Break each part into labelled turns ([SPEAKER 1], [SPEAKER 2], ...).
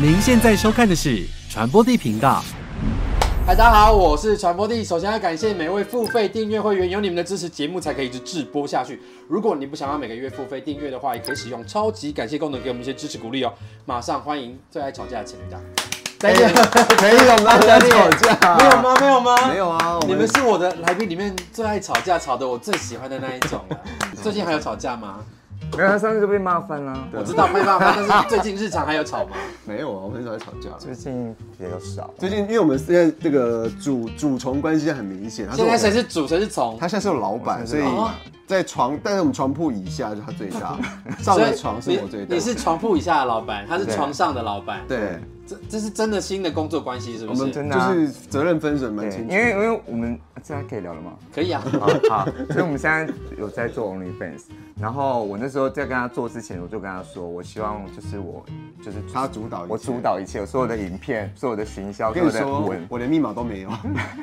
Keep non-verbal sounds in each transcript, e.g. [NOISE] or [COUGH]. [SPEAKER 1] 您现在收看的是传播地频道。
[SPEAKER 2] 嗨，大家好，我是传播帝。首先要感谢每位付费订阅会员，有你们的支持，节目才可以一直直播下去。如果你不想要每个月付费订阅的话，也可以使用超级感谢功能给我们一些支持鼓励哦。马上欢迎最爱吵架的情侣档，再见。
[SPEAKER 3] 没有大家吵架，
[SPEAKER 2] 没有？吗？没有吗？
[SPEAKER 3] 没有啊，我
[SPEAKER 2] 你们是我的来宾里面最爱吵架、吵得我最喜欢的那一种
[SPEAKER 4] [LAUGHS]
[SPEAKER 2] 了。最近还有吵架吗？
[SPEAKER 3] 没有，他上次就被骂翻了。
[SPEAKER 2] 我知道没办法，但是最近日常还有吵
[SPEAKER 4] [LAUGHS]
[SPEAKER 2] 吗？
[SPEAKER 4] 没有啊，我们很少在吵架。
[SPEAKER 3] 最近比较少，
[SPEAKER 4] 最近因为我们现在这个主主从关系很明显，他是
[SPEAKER 2] 现
[SPEAKER 4] 我
[SPEAKER 2] 在
[SPEAKER 4] 们
[SPEAKER 2] 谁是主，谁是从
[SPEAKER 4] 他？现在是我老板，所以
[SPEAKER 2] 老板
[SPEAKER 4] 在床，但是我们床铺以下就是他最大， [LAUGHS] 上
[SPEAKER 2] 所
[SPEAKER 4] 了
[SPEAKER 2] 以
[SPEAKER 4] 床是
[SPEAKER 2] 你
[SPEAKER 4] 我最大。
[SPEAKER 2] 你是床铺以下的老板，他是
[SPEAKER 4] 对
[SPEAKER 2] 床上的老板，
[SPEAKER 4] 对，
[SPEAKER 2] 这这是真的新的工作关系，是不
[SPEAKER 4] 我们
[SPEAKER 2] 是？
[SPEAKER 3] 真的
[SPEAKER 4] 就
[SPEAKER 3] 啊
[SPEAKER 4] 是责任分水蛮
[SPEAKER 3] 对，
[SPEAKER 4] 清
[SPEAKER 3] 因
[SPEAKER 4] 楚。
[SPEAKER 3] 为因为我们这样可以聊了吗？
[SPEAKER 2] 可以
[SPEAKER 4] [LAUGHS]
[SPEAKER 2] 啊。
[SPEAKER 3] 好，好， [LAUGHS] 所以我们现在有在做 OnlyFans，然后我那时候在跟他做之前，我就跟他说，我希望就是我就是
[SPEAKER 4] 他主导一切
[SPEAKER 3] 我主导一切，所有的影片，所有的行销，
[SPEAKER 4] 我
[SPEAKER 3] 所
[SPEAKER 4] 跟你
[SPEAKER 3] 有的
[SPEAKER 4] 说
[SPEAKER 3] 文，，
[SPEAKER 4] 我连密码都没有，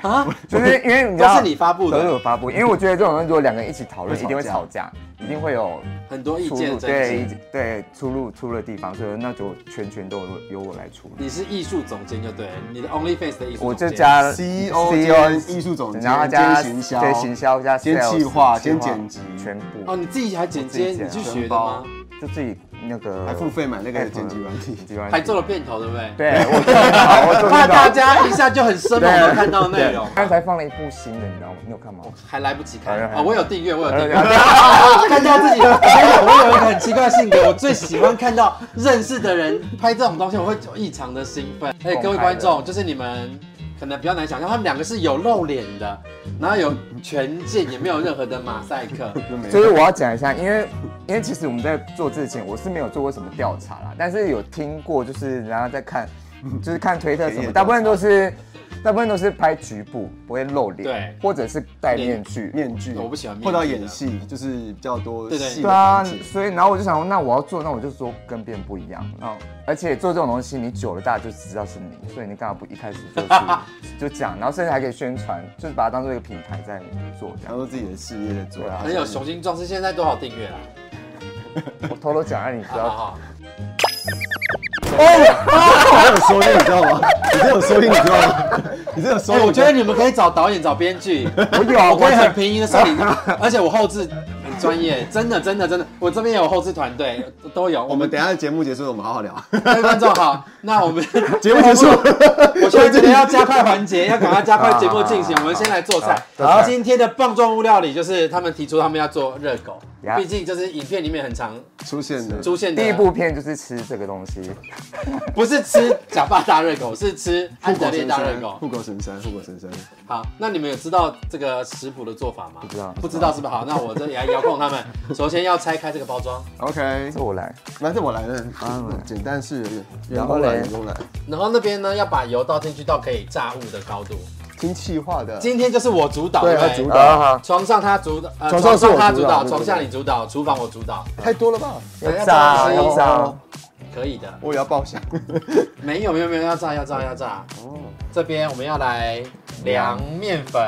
[SPEAKER 2] 啊，
[SPEAKER 3] 就是因为你知道
[SPEAKER 2] 都是你发布的
[SPEAKER 3] 都是我发布，因为我觉得这种东西如果两个人一起讨
[SPEAKER 4] 会
[SPEAKER 3] 论，一
[SPEAKER 4] 吵
[SPEAKER 3] 定会
[SPEAKER 4] 架
[SPEAKER 3] 吵架，一定会有
[SPEAKER 2] 很多意
[SPEAKER 3] 出
[SPEAKER 2] 见
[SPEAKER 3] 入，
[SPEAKER 2] 争
[SPEAKER 3] 对
[SPEAKER 2] 执。
[SPEAKER 3] 一对出入出入的地方，所以那就全权都由由我来处理。
[SPEAKER 2] 你是艺术总监就对了，你的 OnlyFans 的艺术总监
[SPEAKER 3] 我就加
[SPEAKER 4] CEO E 兼艺术总监
[SPEAKER 3] E 然后加
[SPEAKER 4] 兼行销
[SPEAKER 3] 对行销加
[SPEAKER 4] 兼
[SPEAKER 3] sales，
[SPEAKER 4] 企划
[SPEAKER 3] 企
[SPEAKER 4] 兼
[SPEAKER 3] 划
[SPEAKER 4] 剪辑
[SPEAKER 3] 全部
[SPEAKER 2] 哦，你自己还剪接，
[SPEAKER 3] 我自己剪
[SPEAKER 2] 你
[SPEAKER 3] 啊
[SPEAKER 2] 去学的吗？
[SPEAKER 3] 就自己那个
[SPEAKER 4] 还付费买那个剪辑软体
[SPEAKER 3] 剪辑软
[SPEAKER 2] 还
[SPEAKER 3] 体，
[SPEAKER 2] 做了片头，对不对？
[SPEAKER 3] 对我做得
[SPEAKER 4] [LAUGHS]
[SPEAKER 3] 到，我做
[SPEAKER 2] 怕
[SPEAKER 3] 得
[SPEAKER 2] 大
[SPEAKER 3] 到。
[SPEAKER 2] 家一下就很生猛的看到内容，
[SPEAKER 3] 刚才放了一部新的，你知道吗？你有看吗？
[SPEAKER 2] 还来不及看
[SPEAKER 3] 哎
[SPEAKER 2] 啊！我有订阅，我有订阅。
[SPEAKER 3] 哎
[SPEAKER 2] 看到自己，我有一个很奇怪的性格，我最喜欢看到认识的人拍这种东西，我会异常的兴奋。哎，各位观众，就是你们可能比较难想象，他们两个是有露脸的，然后有全健，也没有任何的马赛
[SPEAKER 3] [LAUGHS]
[SPEAKER 2] 克。
[SPEAKER 4] 就没
[SPEAKER 3] 就
[SPEAKER 4] 有。
[SPEAKER 3] 是我要讲一下，因为因为其实我们在做之前，我是没有做过什么调查啦，但是有听过，就是人家在
[SPEAKER 4] [LAUGHS]
[SPEAKER 3] 看，就是看推特什
[SPEAKER 4] 田野调
[SPEAKER 3] 么，
[SPEAKER 4] 查
[SPEAKER 3] 大部分都是大部分都是拍局部，不会露脸，
[SPEAKER 2] 对
[SPEAKER 3] 或者是戴面具，
[SPEAKER 4] 面具，
[SPEAKER 2] 我不喜欢面具
[SPEAKER 4] 或到演戏，就是比较多
[SPEAKER 2] 对对
[SPEAKER 4] 戏
[SPEAKER 3] 对
[SPEAKER 4] 的
[SPEAKER 3] 啊，
[SPEAKER 4] 环节。
[SPEAKER 3] 所以然后我就想说，那我要做，那我就说跟别人不一样，然后而且做这种东西，你久了大家就知道是你，所以你干嘛不一开始 [LAUGHS] 就是就讲，然后甚至还可以宣传，就是把它当做一个品牌在做这
[SPEAKER 4] 然
[SPEAKER 3] 样。
[SPEAKER 4] 后自己的事业在做
[SPEAKER 3] 对，啊
[SPEAKER 2] 很有雄心壮志，现在多少订阅啦？
[SPEAKER 3] 我偷偷讲，让你知
[SPEAKER 2] 好好
[SPEAKER 3] [LAUGHS] 道。
[SPEAKER 2] 好，
[SPEAKER 4] 这有收音，你知道吗？你这有收音，你知道吗？ [LAUGHS] 你这有收
[SPEAKER 2] 哎、
[SPEAKER 4] 音，
[SPEAKER 2] 我觉得你们可以找导演、找编剧，
[SPEAKER 3] [LAUGHS] 我有啊，
[SPEAKER 2] 我
[SPEAKER 3] 我
[SPEAKER 2] 可以
[SPEAKER 3] 也
[SPEAKER 2] 很便宜的送
[SPEAKER 3] [LAUGHS]
[SPEAKER 2] 你，而且我后置很专业，真的、真的、真的，我这边也有后置团队，都有。
[SPEAKER 4] 我
[SPEAKER 2] 我
[SPEAKER 4] 们
[SPEAKER 2] 们
[SPEAKER 4] 等一下节目结束，我们好好聊。
[SPEAKER 2] 各位观众好，那我们 [LAUGHS]
[SPEAKER 4] 节目结 [LAUGHS] 束，
[SPEAKER 2] 我现在这边要加快环节，要赶快加快节目进行。
[SPEAKER 3] 好好好
[SPEAKER 2] 我们先来做菜。
[SPEAKER 3] 好好
[SPEAKER 2] 今天的棒状物料理就是他们提出他们要做热狗，
[SPEAKER 3] 呀
[SPEAKER 2] 毕竟就是影片里面很常
[SPEAKER 4] 出现的
[SPEAKER 2] 出现的。
[SPEAKER 3] 第一部片就是吃这个东西，
[SPEAKER 2] 不是吃假发大热狗，是吃安
[SPEAKER 4] 护
[SPEAKER 2] 德
[SPEAKER 4] 国
[SPEAKER 2] 烈
[SPEAKER 4] 神
[SPEAKER 2] 大热
[SPEAKER 4] 山，
[SPEAKER 3] [LAUGHS]
[SPEAKER 2] 狗。
[SPEAKER 4] 护国神山，护国神山。
[SPEAKER 2] 好，那你们有知道这个食谱的做法吗？不
[SPEAKER 3] 知道
[SPEAKER 2] 不知道是不是？好，那我这里来遥控他
[SPEAKER 4] [LAUGHS]
[SPEAKER 2] 们。首先要拆开这个包装，
[SPEAKER 4] OK，
[SPEAKER 3] 是我来。
[SPEAKER 4] 那是我来了，嗯
[SPEAKER 3] 我来
[SPEAKER 4] 简单是员
[SPEAKER 3] 然
[SPEAKER 4] 员
[SPEAKER 3] 后
[SPEAKER 4] 工来，
[SPEAKER 3] 嘞
[SPEAKER 4] 员工来，
[SPEAKER 2] 然后那边呢要把油倒进去到可以炸物的高度。
[SPEAKER 4] 听气话的，
[SPEAKER 2] 今天就是我主导，
[SPEAKER 4] 对
[SPEAKER 2] 对不
[SPEAKER 4] 他
[SPEAKER 2] 对
[SPEAKER 4] 主导
[SPEAKER 3] 啊，
[SPEAKER 2] 床上他主导，呃
[SPEAKER 4] 床上是我
[SPEAKER 2] 床他
[SPEAKER 4] 主
[SPEAKER 2] 主
[SPEAKER 4] 导
[SPEAKER 2] 导，
[SPEAKER 4] 对对
[SPEAKER 2] 床下
[SPEAKER 4] 对
[SPEAKER 2] 你主导，厨房我主导，
[SPEAKER 4] 太多了吧？
[SPEAKER 3] 要
[SPEAKER 2] 要
[SPEAKER 3] 炸
[SPEAKER 2] 炸
[SPEAKER 3] 哎要炸，
[SPEAKER 2] 可以的。
[SPEAKER 4] 我也要爆响。
[SPEAKER 2] 没有没有没有，要炸要炸要炸。
[SPEAKER 4] 哦，
[SPEAKER 2] 这边我们要来量面粉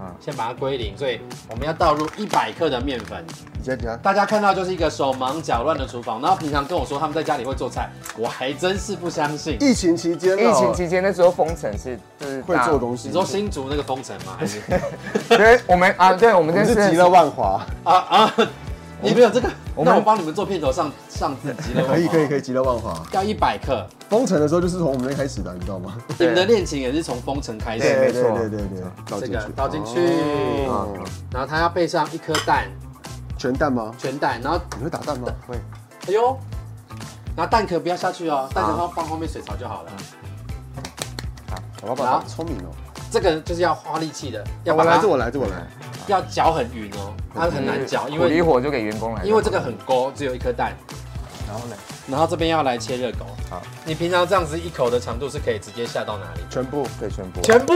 [SPEAKER 3] 嗯，
[SPEAKER 2] 先把它归零，所以我们要倒入一百克的面粉。
[SPEAKER 4] 你先讲，
[SPEAKER 2] 大家看到就是一个手忙脚乱的厨房，然后平常跟我说他们在家里会做菜，我还真是不相信。
[SPEAKER 4] [LAUGHS] 疫情期间哦，
[SPEAKER 3] 疫情期间那时候封城是就是
[SPEAKER 4] 会
[SPEAKER 3] 大
[SPEAKER 4] 做，东西，
[SPEAKER 2] 你说新竹那个封城吗？还
[SPEAKER 4] [LAUGHS]
[SPEAKER 2] 是
[SPEAKER 3] 因为我们啊， [LAUGHS] 对我们
[SPEAKER 4] 我们
[SPEAKER 3] 这
[SPEAKER 4] 是极乐万华，
[SPEAKER 2] 啊啊？你没有这个？
[SPEAKER 3] 我
[SPEAKER 2] 那
[SPEAKER 3] 们
[SPEAKER 2] 我帮你们做片头上上自己了。
[SPEAKER 4] [LAUGHS] 可以可以可
[SPEAKER 2] 以，
[SPEAKER 4] 以，极乐万华。
[SPEAKER 2] 要一百克。
[SPEAKER 4] 封城的时候就是从我们那开始的，你知道吗？
[SPEAKER 2] 你们的恋情也是从封城开
[SPEAKER 3] 对
[SPEAKER 2] 始，
[SPEAKER 3] 没错
[SPEAKER 4] 对对对对，倒
[SPEAKER 2] 这
[SPEAKER 4] 进
[SPEAKER 2] 个
[SPEAKER 4] 去，
[SPEAKER 2] 倒进去，嗯
[SPEAKER 4] 哦
[SPEAKER 2] 然后它要配上一颗蛋，
[SPEAKER 4] 全蛋吗？
[SPEAKER 2] 全蛋，然后
[SPEAKER 4] 你会打蛋吗？会。
[SPEAKER 2] 哎呦，然后蛋壳不要下去
[SPEAKER 4] 啊
[SPEAKER 2] 哦，蛋壳放放后面水槽就好了。
[SPEAKER 4] 我老板
[SPEAKER 2] 好
[SPEAKER 4] 好聪明哦。
[SPEAKER 2] 这个就是要花力气的，要把
[SPEAKER 4] 我来，嗯
[SPEAKER 2] 它
[SPEAKER 4] 这我来，这我来。
[SPEAKER 2] 要搅很匀哦，它很难搅，因
[SPEAKER 3] 苦力
[SPEAKER 2] 为
[SPEAKER 3] 活就给员工来，
[SPEAKER 2] 因为这个很勾，只有一颗蛋。
[SPEAKER 3] 然后呢，
[SPEAKER 2] 然后这边要来切热狗。
[SPEAKER 3] 好，
[SPEAKER 2] 你平常这样子一口的长度是可以直接下到哪里？
[SPEAKER 4] 全部
[SPEAKER 3] 对全部
[SPEAKER 2] 全部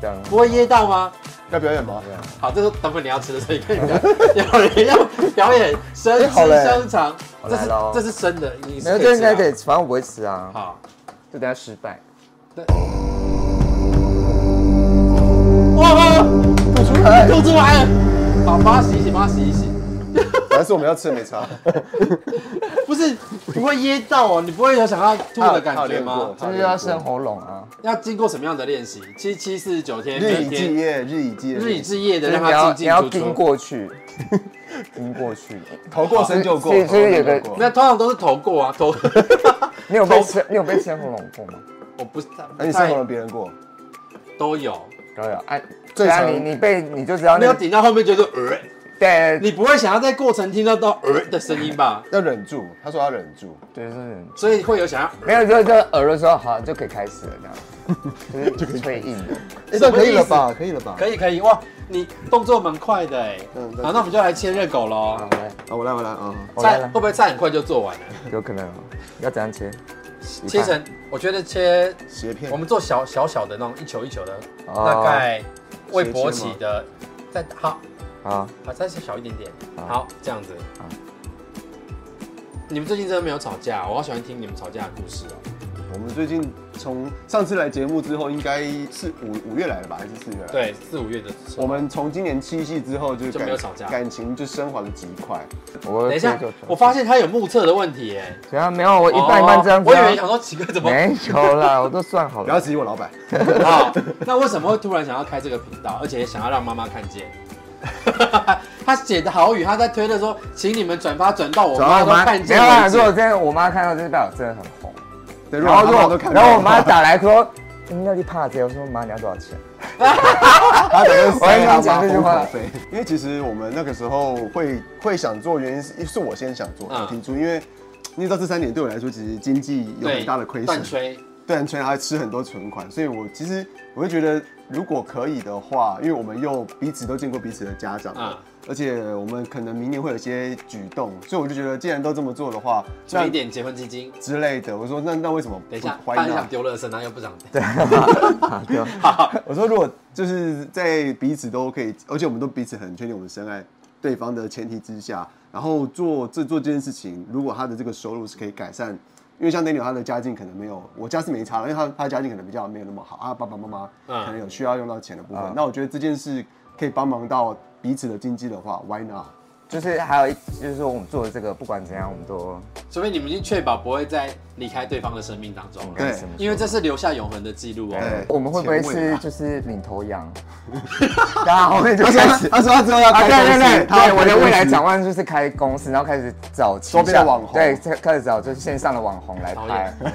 [SPEAKER 3] 这样
[SPEAKER 2] 不会噎到吗？
[SPEAKER 4] 要表演吗？
[SPEAKER 2] 好，这是等会你要吃的，所以可以
[SPEAKER 3] [LAUGHS]
[SPEAKER 2] 表演有人要表演生
[SPEAKER 3] 哎
[SPEAKER 2] 吃
[SPEAKER 3] 好嘞
[SPEAKER 2] 生肠，
[SPEAKER 3] 我
[SPEAKER 2] 这
[SPEAKER 3] 来
[SPEAKER 2] 是
[SPEAKER 3] 了哦
[SPEAKER 2] 这是生的，你
[SPEAKER 3] 没
[SPEAKER 2] 是
[SPEAKER 3] 有，
[SPEAKER 2] 可以
[SPEAKER 3] 这
[SPEAKER 2] 吃
[SPEAKER 3] 应该
[SPEAKER 2] 的
[SPEAKER 3] 可以，反正我不会吃啊，
[SPEAKER 2] 好，
[SPEAKER 3] 就等下失败。
[SPEAKER 2] 对。哇，
[SPEAKER 4] 吐出来！
[SPEAKER 3] 哎
[SPEAKER 2] 吐出来了！好，帮他洗一洗，帮他洗一洗。
[SPEAKER 4] 但是我们要吃没差。
[SPEAKER 2] 不是不会噎到哦，你不会有想要吐的感觉
[SPEAKER 4] 他有练
[SPEAKER 2] 吗
[SPEAKER 4] 过？
[SPEAKER 3] 就是要生喉咙啊，
[SPEAKER 2] 要经过什么样的练习？七七四十九天，
[SPEAKER 4] 日
[SPEAKER 2] 每
[SPEAKER 4] 以继
[SPEAKER 2] 天
[SPEAKER 4] 夜，日以继夜，
[SPEAKER 2] 日以继夜
[SPEAKER 3] 就
[SPEAKER 2] 的
[SPEAKER 3] 是
[SPEAKER 2] 让
[SPEAKER 3] 你要
[SPEAKER 2] 它
[SPEAKER 3] 你
[SPEAKER 2] 进进
[SPEAKER 3] 要
[SPEAKER 2] 出
[SPEAKER 3] 盯
[SPEAKER 2] 出。
[SPEAKER 3] 过去， [LAUGHS] 盯过去。
[SPEAKER 4] 头过身就过
[SPEAKER 3] 所以，所以有
[SPEAKER 4] 头过
[SPEAKER 3] 个
[SPEAKER 4] 身就过
[SPEAKER 2] 那通常都是头过啊，头。
[SPEAKER 3] 你有被牵，你有被牵喉咙过吗？
[SPEAKER 2] 我不是，
[SPEAKER 4] 那哎你生活了别人过，
[SPEAKER 2] 都有，
[SPEAKER 3] 都有。哎，
[SPEAKER 4] 最
[SPEAKER 3] 对啊，
[SPEAKER 4] 常
[SPEAKER 3] 你你被你就只要
[SPEAKER 2] 没有
[SPEAKER 3] 那
[SPEAKER 2] 顶到后面就是呃，
[SPEAKER 3] 对
[SPEAKER 2] 你不会想要在过程听得到呃的声音吧？
[SPEAKER 4] 要忍住。他说要忍住，
[SPEAKER 3] 对就是
[SPEAKER 2] 所以会有想要
[SPEAKER 3] 没有就就耳朵说好就可以开始了
[SPEAKER 2] [LAUGHS]
[SPEAKER 3] 这样，就是吹硬的。
[SPEAKER 4] 哎，这样可以了吧？可以了吧？
[SPEAKER 2] 可以可以哇，你动作蛮快的哎。
[SPEAKER 4] 嗯
[SPEAKER 2] 好，那我们就来切热狗
[SPEAKER 3] 好
[SPEAKER 2] 喽。
[SPEAKER 3] 来，
[SPEAKER 4] 啊，我来，我来啊。
[SPEAKER 3] 我来
[SPEAKER 2] 菜
[SPEAKER 3] 了
[SPEAKER 2] 会，不会菜很快就做完了？
[SPEAKER 3] 有可能哦要怎样切？
[SPEAKER 2] 切成，我觉得切，
[SPEAKER 4] 斜片
[SPEAKER 2] 我，们做小小小的那种一球一球的，
[SPEAKER 3] 哦
[SPEAKER 2] 大概未
[SPEAKER 4] 斜切
[SPEAKER 2] 勃起
[SPEAKER 4] 吗
[SPEAKER 2] 的，再好
[SPEAKER 3] 啊，
[SPEAKER 2] 好再小一点点，
[SPEAKER 3] 好
[SPEAKER 2] 好这样子
[SPEAKER 3] 好。
[SPEAKER 2] 你们最近真的没有吵架？我好喜欢听你们吵架的故事哦。
[SPEAKER 4] 我们最近从上次来节目之后，应该是五五月来了吧，还是四月来？。
[SPEAKER 2] 对，四五月的时候
[SPEAKER 4] 我们从今年七夕之后就
[SPEAKER 2] 就
[SPEAKER 4] 感
[SPEAKER 2] 没有吵架
[SPEAKER 4] 感情就升华的极快。
[SPEAKER 3] 我
[SPEAKER 2] 等一下
[SPEAKER 3] 这就，
[SPEAKER 2] 我发现他有目测的问题哎。
[SPEAKER 3] 怎样没有我一半一半这样子
[SPEAKER 2] 哦我以为想
[SPEAKER 3] 啊。
[SPEAKER 2] 说奇怪怎么
[SPEAKER 3] 没有啦，我都算好
[SPEAKER 4] 不要
[SPEAKER 3] 了。
[SPEAKER 4] 质疑我
[SPEAKER 2] [LAUGHS]
[SPEAKER 4] 老板，
[SPEAKER 2] 好，那为什么会突然想要开这个频道，而且想要让妈妈看见？ [LAUGHS] 他写的好语，他在推特说，请你们转发转到我
[SPEAKER 3] 然后
[SPEAKER 2] 妈
[SPEAKER 3] 我
[SPEAKER 2] 都
[SPEAKER 3] 妈
[SPEAKER 2] 看
[SPEAKER 3] 没
[SPEAKER 2] 见
[SPEAKER 3] 有啦，
[SPEAKER 2] 为止。
[SPEAKER 3] 如果真的我妈看到这代表真的很红。
[SPEAKER 4] 对，如
[SPEAKER 3] 然后
[SPEAKER 4] 果
[SPEAKER 3] 如
[SPEAKER 4] 他们都
[SPEAKER 3] 果
[SPEAKER 4] 看到
[SPEAKER 3] 然后我妈打来说，你要去怕这个，我说妈你要多少钱？
[SPEAKER 4] 他等于塞他
[SPEAKER 3] 我还想讲
[SPEAKER 4] 妈
[SPEAKER 3] 这句
[SPEAKER 4] 封
[SPEAKER 3] 话
[SPEAKER 4] 口费。因为其实我们那个时候会会想做，原因是是我先想做
[SPEAKER 2] 嗯
[SPEAKER 4] 提出，因为你也知道这三年对我来说其实经济有
[SPEAKER 2] 对
[SPEAKER 4] 很大的亏损
[SPEAKER 2] 断，吹，
[SPEAKER 4] 断圈还吃很多存款，所以我其实我会觉得，如果可以的话，因为我们又彼此都见过彼此的家长，
[SPEAKER 2] 嗯
[SPEAKER 4] 而且我们可能明年会有一些举动，所以我就觉得，既然都这么做的话，
[SPEAKER 2] 存一点结婚基金。
[SPEAKER 4] 之类的，我说那那为什么不
[SPEAKER 2] 等一下，
[SPEAKER 4] why
[SPEAKER 2] 他很
[SPEAKER 4] not？
[SPEAKER 2] 想丢垃圾，然后又不想。
[SPEAKER 3] 啊对啊
[SPEAKER 4] 我说，如果就是在彼此都可以，而且我们都彼此很确定我们深爱对方的前提之下，然后做这做这件事情，如果他的这个收入是可以改善，因为像 Daniel 他的家境可能没有，我家是没差的，因为他他家境可能比较没有那么好啊，爸爸妈妈
[SPEAKER 2] 嗯
[SPEAKER 4] 可能有需要用到钱的部分，
[SPEAKER 3] 嗯
[SPEAKER 4] 那我觉得这件事可以帮忙到彼此的经济的话，Why not？
[SPEAKER 3] 就是还有一，就是说我们做的这个，不管怎样，我们都
[SPEAKER 2] 除非你们已经确保不会再离开对方的生命当中了，
[SPEAKER 4] 对
[SPEAKER 2] 因为这是留下永恒的记录哦。
[SPEAKER 4] 对
[SPEAKER 3] 我们会不会
[SPEAKER 4] 前卫
[SPEAKER 3] 是
[SPEAKER 4] 吧
[SPEAKER 3] 就是领头羊？ [LAUGHS] 然后后面就
[SPEAKER 4] 他说
[SPEAKER 3] 开
[SPEAKER 4] [LAUGHS]
[SPEAKER 3] 始。
[SPEAKER 4] 他说他之后要
[SPEAKER 3] [LAUGHS] 啊，
[SPEAKER 4] 开
[SPEAKER 3] 对
[SPEAKER 4] 公司，
[SPEAKER 3] 对对，
[SPEAKER 4] 他
[SPEAKER 3] 对
[SPEAKER 4] 要
[SPEAKER 3] 我
[SPEAKER 4] 开
[SPEAKER 3] 的
[SPEAKER 4] 公
[SPEAKER 3] 未来
[SPEAKER 4] 司
[SPEAKER 3] 展望就是开公司，然后开始找旗
[SPEAKER 4] 周边的
[SPEAKER 3] 下
[SPEAKER 4] 网红
[SPEAKER 3] 对，开开始找就是线上的网红来
[SPEAKER 2] 导
[SPEAKER 3] 拍
[SPEAKER 2] 演。，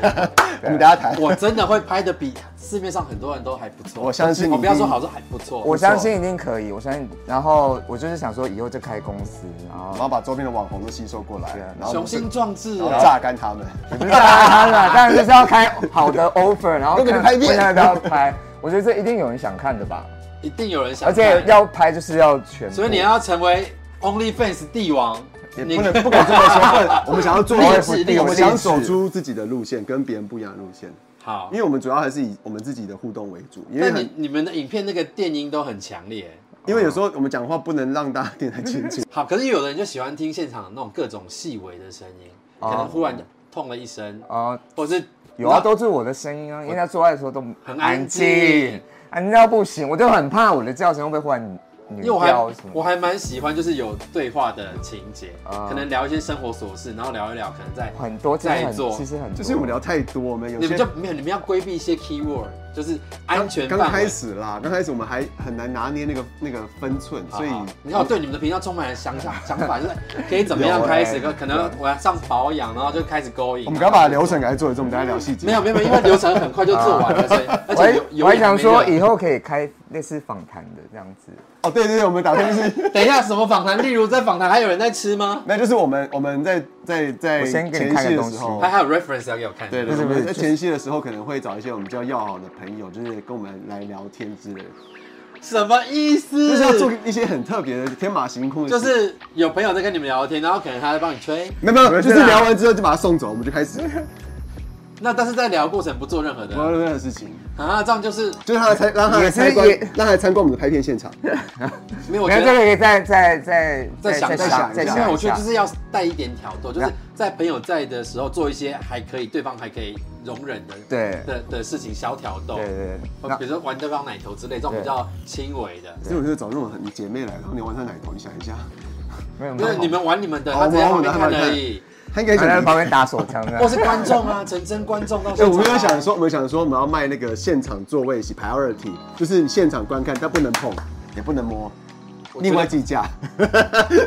[SPEAKER 4] 我们等一下谈。
[SPEAKER 2] 我真的会拍的比市面上很多人都还不错。
[SPEAKER 4] 我相信你
[SPEAKER 2] 我不要
[SPEAKER 4] 一定
[SPEAKER 2] 说好说还不错，
[SPEAKER 3] 我相信一定可以，我相信。然后我就是想说，以后就开公司，然
[SPEAKER 4] 然
[SPEAKER 3] 后
[SPEAKER 4] 后把周边的网红都吸收过来
[SPEAKER 3] 对啊，
[SPEAKER 4] 然后
[SPEAKER 2] 雄心壮志
[SPEAKER 4] 然后
[SPEAKER 2] 啊！
[SPEAKER 4] 榨干他们。
[SPEAKER 3] 也不是大摊了，当然就是要开
[SPEAKER 2] [LAUGHS]
[SPEAKER 3] 好的 offer，然后
[SPEAKER 4] 都给你拍片
[SPEAKER 3] 看大家都要拍。我觉得这一定有人想看的吧，
[SPEAKER 2] 一定有人 [LAUGHS] 想
[SPEAKER 3] 而
[SPEAKER 2] 看，
[SPEAKER 3] 且要拍就是要全部。
[SPEAKER 2] 所以你要成为 OnlyFans 帝王，[LAUGHS]
[SPEAKER 4] 也
[SPEAKER 2] 你
[SPEAKER 4] 不能不敢这么说，不我们想
[SPEAKER 2] [LAUGHS]
[SPEAKER 4] 要做，
[SPEAKER 2] 励
[SPEAKER 3] 志
[SPEAKER 4] 我
[SPEAKER 3] 励
[SPEAKER 4] 们
[SPEAKER 3] 志
[SPEAKER 4] 想走出自己的路线，跟别人不一样的路线，
[SPEAKER 2] 好
[SPEAKER 4] 因。为我们主要还是以我们自己的互动为主，因为
[SPEAKER 2] 那你
[SPEAKER 4] 很
[SPEAKER 2] 你们的影片那个电音都很强烈，，
[SPEAKER 4] 因为有时候我们讲话不能让大家听得清楚
[SPEAKER 2] [LAUGHS] 好，可是有的人就喜欢听现场那种各种细微的声音，可
[SPEAKER 3] 哦
[SPEAKER 2] 能忽然痛了一声，
[SPEAKER 3] 啊，
[SPEAKER 2] 或是
[SPEAKER 3] 有啊，都是我的声音啊，因为他做爱的时候都
[SPEAKER 2] 很安静，
[SPEAKER 3] 安静到不行，我就很怕我的叫声会不会换女
[SPEAKER 2] 因为我还
[SPEAKER 3] 调什
[SPEAKER 2] 我
[SPEAKER 3] 么。
[SPEAKER 2] 还蛮喜欢，就是有对话的情节，
[SPEAKER 3] 啊
[SPEAKER 2] 可能聊一些生活琐事，然后聊一聊，可能在
[SPEAKER 3] 很多其实
[SPEAKER 2] 在
[SPEAKER 3] 很
[SPEAKER 2] 做
[SPEAKER 3] 其实很多
[SPEAKER 4] 就是我们聊太多，我们有
[SPEAKER 2] 你
[SPEAKER 4] 些
[SPEAKER 2] 们就没有，你们要规避一些 keyword，就是安全
[SPEAKER 4] 刚
[SPEAKER 2] 范围。
[SPEAKER 4] 开始啦，刚开始我们还很难拿捏那个那个分寸，
[SPEAKER 2] 好，
[SPEAKER 4] 所以
[SPEAKER 2] 好啊你看，我哦对你们的频道充满了想
[SPEAKER 4] [LAUGHS]
[SPEAKER 2] 想想法，就是可以怎么样
[SPEAKER 4] 有欸
[SPEAKER 2] 开始，可可能我要上保养，然后就开始勾引。
[SPEAKER 4] 我们刚把流程给它做一做，我们等一下聊细节。
[SPEAKER 2] 没有没有，没有因为流程很快就做完
[SPEAKER 4] 啊
[SPEAKER 2] 了，所
[SPEAKER 4] [LAUGHS]
[SPEAKER 2] 以而
[SPEAKER 3] 我
[SPEAKER 2] 且
[SPEAKER 3] 还
[SPEAKER 2] 有有
[SPEAKER 3] 我还想说
[SPEAKER 2] 也没
[SPEAKER 3] 以
[SPEAKER 2] 了
[SPEAKER 3] 后可以开类似访谈的这样子，
[SPEAKER 4] 哦，对对对，我们打算
[SPEAKER 2] [LAUGHS]
[SPEAKER 4] 就是。？
[SPEAKER 2] 等一下什么访谈，例如在访谈还有人在吃吗
[SPEAKER 4] 那就是我们我们在在在
[SPEAKER 3] 我先给你
[SPEAKER 4] 前
[SPEAKER 3] 看个
[SPEAKER 4] 戏的
[SPEAKER 3] 东
[SPEAKER 4] 时
[SPEAKER 3] 西
[SPEAKER 4] 候
[SPEAKER 2] 还，还有 reference 要给我看。
[SPEAKER 4] 哦对对
[SPEAKER 3] 不是
[SPEAKER 4] 对，我
[SPEAKER 3] 不是
[SPEAKER 4] 们在
[SPEAKER 3] 就是
[SPEAKER 4] 前戏的时候可能会找一些我们比较要好的朋友，就是跟我们来聊天之类的。
[SPEAKER 2] 什么意思？
[SPEAKER 4] 就是要做一些很特别的天马行空的
[SPEAKER 2] 就
[SPEAKER 4] 事，
[SPEAKER 2] 是有朋友在跟你们聊天，然后可能他在帮你吹，
[SPEAKER 4] 没有没有，
[SPEAKER 3] 不是
[SPEAKER 4] 就
[SPEAKER 3] 啊
[SPEAKER 4] 是聊完之后就把他送走，我们就开 [LAUGHS] 始
[SPEAKER 2] 那但是在聊的过程不做任何的
[SPEAKER 4] 玩任何事情，
[SPEAKER 2] 啊，这样就是
[SPEAKER 4] 就是他来参让他来
[SPEAKER 3] 也是
[SPEAKER 4] 参观
[SPEAKER 3] 也
[SPEAKER 4] 让他来参观我们的拍片现场，
[SPEAKER 2] 没有。我
[SPEAKER 3] 没
[SPEAKER 2] 觉得
[SPEAKER 3] 有这个可以再再再
[SPEAKER 2] 再想
[SPEAKER 3] 再
[SPEAKER 2] 再
[SPEAKER 4] 想
[SPEAKER 3] 想
[SPEAKER 4] 一下
[SPEAKER 3] 再
[SPEAKER 2] 因为
[SPEAKER 3] 想
[SPEAKER 2] 我
[SPEAKER 3] 一
[SPEAKER 2] 觉得
[SPEAKER 3] 下
[SPEAKER 2] 就。是要带一点挑逗，就是在朋友在的时候做一些还可以对方还可以容忍的
[SPEAKER 3] 对
[SPEAKER 2] 的的事情，小挑逗
[SPEAKER 3] 对，对
[SPEAKER 2] 或比如说玩对方奶头之类，这种
[SPEAKER 3] 对
[SPEAKER 2] 比较轻微的。
[SPEAKER 4] 所以我就找那种很姐妹来，然后你玩他奶头，你想一下，
[SPEAKER 3] 没有没
[SPEAKER 2] 就
[SPEAKER 3] 有
[SPEAKER 2] 是，你们玩你们的，
[SPEAKER 4] 好哦
[SPEAKER 2] 他只在旁
[SPEAKER 4] 我们
[SPEAKER 2] 边
[SPEAKER 4] 玩我
[SPEAKER 2] 看
[SPEAKER 4] 们的
[SPEAKER 2] 而已，
[SPEAKER 4] 他应该
[SPEAKER 3] 还在
[SPEAKER 4] 想
[SPEAKER 3] 旁边打手枪这
[SPEAKER 2] 或
[SPEAKER 3] 样。
[SPEAKER 2] 是观众
[SPEAKER 4] [LAUGHS]
[SPEAKER 2] 啊，成真观众到
[SPEAKER 4] 哎、
[SPEAKER 2] 现
[SPEAKER 4] 我们有
[SPEAKER 2] 场啊
[SPEAKER 4] 想说，我们有想说我们要卖那个现场座位席 priority，就是你现场观看，但不能碰，也不能摸。另外计 [LAUGHS] 价，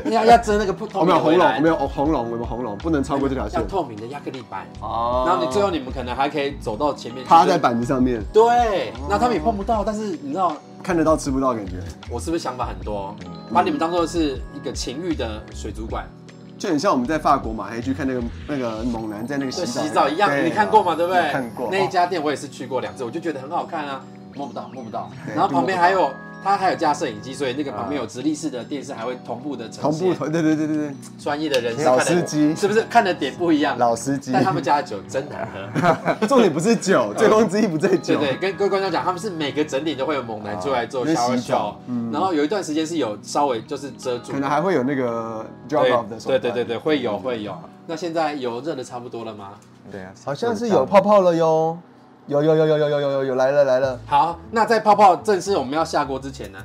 [SPEAKER 2] 要哎要遮那个不透
[SPEAKER 4] 我
[SPEAKER 2] 明
[SPEAKER 4] 们
[SPEAKER 2] 的
[SPEAKER 4] 有红
[SPEAKER 2] 围
[SPEAKER 4] 龙，我
[SPEAKER 2] 栏
[SPEAKER 4] 们，有哦红龙，我们有红龙，不能超过这条
[SPEAKER 2] 要
[SPEAKER 4] 线。
[SPEAKER 2] 透明的亚克力板，
[SPEAKER 3] 哦
[SPEAKER 2] 然后你最后你们可能还可以走到前面，
[SPEAKER 4] 趴在，板子上面，
[SPEAKER 2] 对，那他们也碰不到，但是你知道
[SPEAKER 4] 看得到吃不到，感觉
[SPEAKER 2] 我是不是想法很多，
[SPEAKER 4] 嗯
[SPEAKER 2] 把你们当做是一个情欲的水族馆，
[SPEAKER 4] 就很像我们在法国马黑去看那个那个猛男在那个洗
[SPEAKER 2] 对，
[SPEAKER 4] 澡
[SPEAKER 2] 洗澡一样，
[SPEAKER 4] 对
[SPEAKER 2] 你看过吗？对不对？
[SPEAKER 4] 看过
[SPEAKER 2] 那一家店我也是去过两次，我就觉得很好看啊，摸不到，摸不到。
[SPEAKER 4] 对
[SPEAKER 2] 然后旁边还有它还有架摄影机，所以那个旁边有直立式的电视，还会同步的呈
[SPEAKER 4] 啊同步
[SPEAKER 2] 现。
[SPEAKER 4] 同对对对对对，
[SPEAKER 2] 专业的人士
[SPEAKER 4] 老
[SPEAKER 2] 看的
[SPEAKER 4] 司机
[SPEAKER 2] 是不是看的点不一样？
[SPEAKER 4] 老司机。
[SPEAKER 2] 但他们家的酒真难
[SPEAKER 4] [LAUGHS]
[SPEAKER 2] 喝。
[SPEAKER 4] 重点不是酒，醉翁之意不在
[SPEAKER 2] 对
[SPEAKER 4] 酒。
[SPEAKER 2] 对，跟各位观众讲，他们是每个整点都会有猛男出来做
[SPEAKER 4] 啊
[SPEAKER 2] shower
[SPEAKER 4] 洗澡
[SPEAKER 2] show，然后有一段时间是有稍微就是遮住
[SPEAKER 4] 可，能还会有那个 drop off 的手
[SPEAKER 2] 对
[SPEAKER 4] 段
[SPEAKER 2] 对对，对，会有会有。那现在油热的差不多了吗？
[SPEAKER 3] 对啊，
[SPEAKER 5] 好像是有泡泡了哟，有有有有有有有有有来了来了，
[SPEAKER 2] 好，那在泡泡正式我们要下锅之前呢，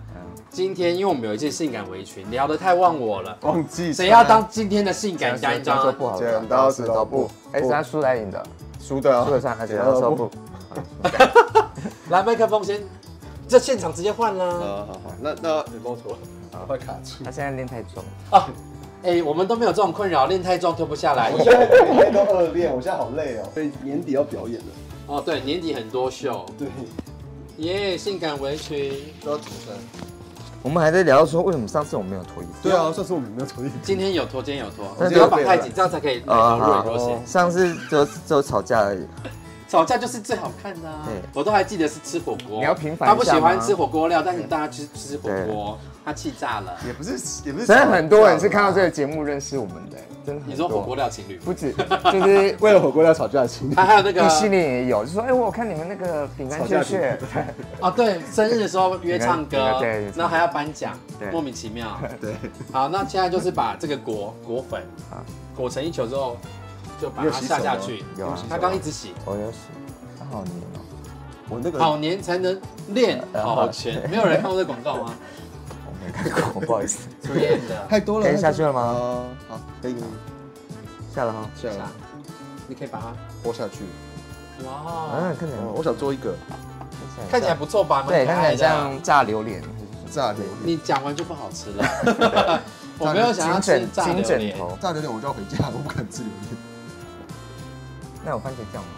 [SPEAKER 2] 今天因为我们有一件性感围裙，聊得太忘我了，
[SPEAKER 4] 忘记
[SPEAKER 2] 谁要当今天的性感担
[SPEAKER 5] 这样说
[SPEAKER 2] 当？
[SPEAKER 5] 不好看，
[SPEAKER 4] 剪刀石头布，
[SPEAKER 3] 哎，是他输来赢的，
[SPEAKER 4] 输的啊
[SPEAKER 3] 输的算还是他说不？
[SPEAKER 2] 来，麦克风先，这现场直接换啦。
[SPEAKER 4] 好好好，那那你摸错了，快卡住。
[SPEAKER 3] 他现在练太重，
[SPEAKER 2] 啊，哎，我们都没有这种困扰，练太重脱不下来。
[SPEAKER 4] 现在每天都二练，我现在好累哦。所以年底要表演了。
[SPEAKER 2] 哦，对，年底很多秀，
[SPEAKER 4] 对，
[SPEAKER 2] 耶，性感围裙。
[SPEAKER 4] 都要重生。
[SPEAKER 3] 我们还在聊说为什么上次我们没有脱衣服。
[SPEAKER 4] 对啊，算是我们没有同意。
[SPEAKER 2] 今天有脱，今天有脱，
[SPEAKER 3] 那
[SPEAKER 2] 不要
[SPEAKER 3] 就
[SPEAKER 2] 绑太紧，这样才可以美
[SPEAKER 3] 啊
[SPEAKER 2] 头润若些。
[SPEAKER 3] 上次只有只有吵架而已，
[SPEAKER 2] 吵架就是最好看的、啊
[SPEAKER 3] 对。
[SPEAKER 2] 我都还记得是吃火锅，
[SPEAKER 3] 你要平反一
[SPEAKER 2] 他
[SPEAKER 3] 下
[SPEAKER 2] 不喜欢吃火锅料，但是大家去吃火
[SPEAKER 3] 对
[SPEAKER 2] 锅，他气炸了。
[SPEAKER 4] 也不是，也不是。啊
[SPEAKER 3] 真的很多人是看到这个节目认识我们的，真的很多。
[SPEAKER 2] 你说火锅料情侣，
[SPEAKER 3] 不止，就是
[SPEAKER 4] 为了火锅要吵架的情侣。
[SPEAKER 2] 他还有那个
[SPEAKER 3] [LAUGHS] 异性恋也有，就说哎，我有看你们那个饼干雀雀， [LAUGHS]
[SPEAKER 2] 啊，对，生日的时候约唱歌
[SPEAKER 3] 你看对，
[SPEAKER 2] 然后还要颁奖
[SPEAKER 3] 对，
[SPEAKER 2] 莫名其
[SPEAKER 3] [LAUGHS]
[SPEAKER 2] 妙。
[SPEAKER 4] 对，
[SPEAKER 2] 好，那现在就是把这个果果粉
[SPEAKER 3] 啊
[SPEAKER 2] 裹成一球之后，就把
[SPEAKER 4] 你有
[SPEAKER 2] 它
[SPEAKER 4] 洗
[SPEAKER 2] 下
[SPEAKER 4] 手
[SPEAKER 2] 下
[SPEAKER 4] 吗
[SPEAKER 2] 去。
[SPEAKER 3] 有啊
[SPEAKER 2] 他刚一直洗，
[SPEAKER 3] 我有洗，它好黏哦，
[SPEAKER 4] 我那个
[SPEAKER 2] 好年才能练
[SPEAKER 3] [LAUGHS]
[SPEAKER 2] 好拳，没有人看过这广告吗？
[SPEAKER 3] 我没看过， [LAUGHS] 不好意思。
[SPEAKER 2] 出演的，
[SPEAKER 4] 太多了。
[SPEAKER 3] 可以下去了吗
[SPEAKER 4] 哦，好，可以，
[SPEAKER 3] 下了哈，
[SPEAKER 4] 下来，
[SPEAKER 2] 你可以把它，
[SPEAKER 4] 播下去。
[SPEAKER 2] 哇，
[SPEAKER 3] [LAUGHS] 嗯，看起来
[SPEAKER 4] 哦我想做一个
[SPEAKER 2] 看起来不错吧？蛮
[SPEAKER 3] 对，
[SPEAKER 2] 可
[SPEAKER 3] 看起
[SPEAKER 2] 爱
[SPEAKER 3] 来
[SPEAKER 2] 的啊
[SPEAKER 3] 像炸榴莲，
[SPEAKER 4] 炸榴莲，
[SPEAKER 2] 你讲完就不好吃了。
[SPEAKER 4] [LAUGHS]
[SPEAKER 2] 我没有想要
[SPEAKER 3] 金
[SPEAKER 2] 吃
[SPEAKER 3] 枕
[SPEAKER 2] 炸榴
[SPEAKER 3] 金枕
[SPEAKER 2] 莲，
[SPEAKER 3] 头，
[SPEAKER 4] 炸榴莲我就要回家，我不敢吃榴 [LAUGHS] 莲。
[SPEAKER 3] 那有番茄酱吗？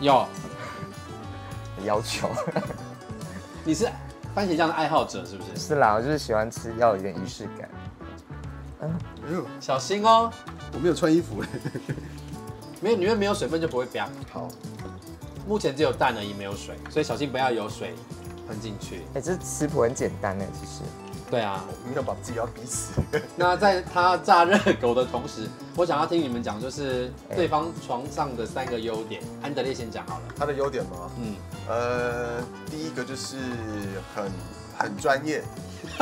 [SPEAKER 2] 有，
[SPEAKER 3] 要求 [LAUGHS]
[SPEAKER 2] 你是番茄酱的爱好者是不是？
[SPEAKER 3] 是啦，我就是喜欢吃，要有一点仪式感。
[SPEAKER 4] 哎呦，
[SPEAKER 2] 小心哦，
[SPEAKER 4] 我没有穿衣 [LAUGHS] 服哎。
[SPEAKER 2] 没有里面没有水分就不会飙。
[SPEAKER 4] 好，
[SPEAKER 2] 目前只有蛋而已，没有水，所以小心不要有水喷进去。
[SPEAKER 3] 哎，这食谱很简单呢，欸其实。
[SPEAKER 2] 对啊，
[SPEAKER 4] 我们要把自己要逼死。 [LAUGHS]
[SPEAKER 2] 那在他炸热狗的同时， [LAUGHS] 我想要听你们讲，就是对方床上的三个优点。安德烈先讲好了，
[SPEAKER 4] 他的优点吗？
[SPEAKER 2] 嗯，
[SPEAKER 4] 呃，第一个就是很很专业，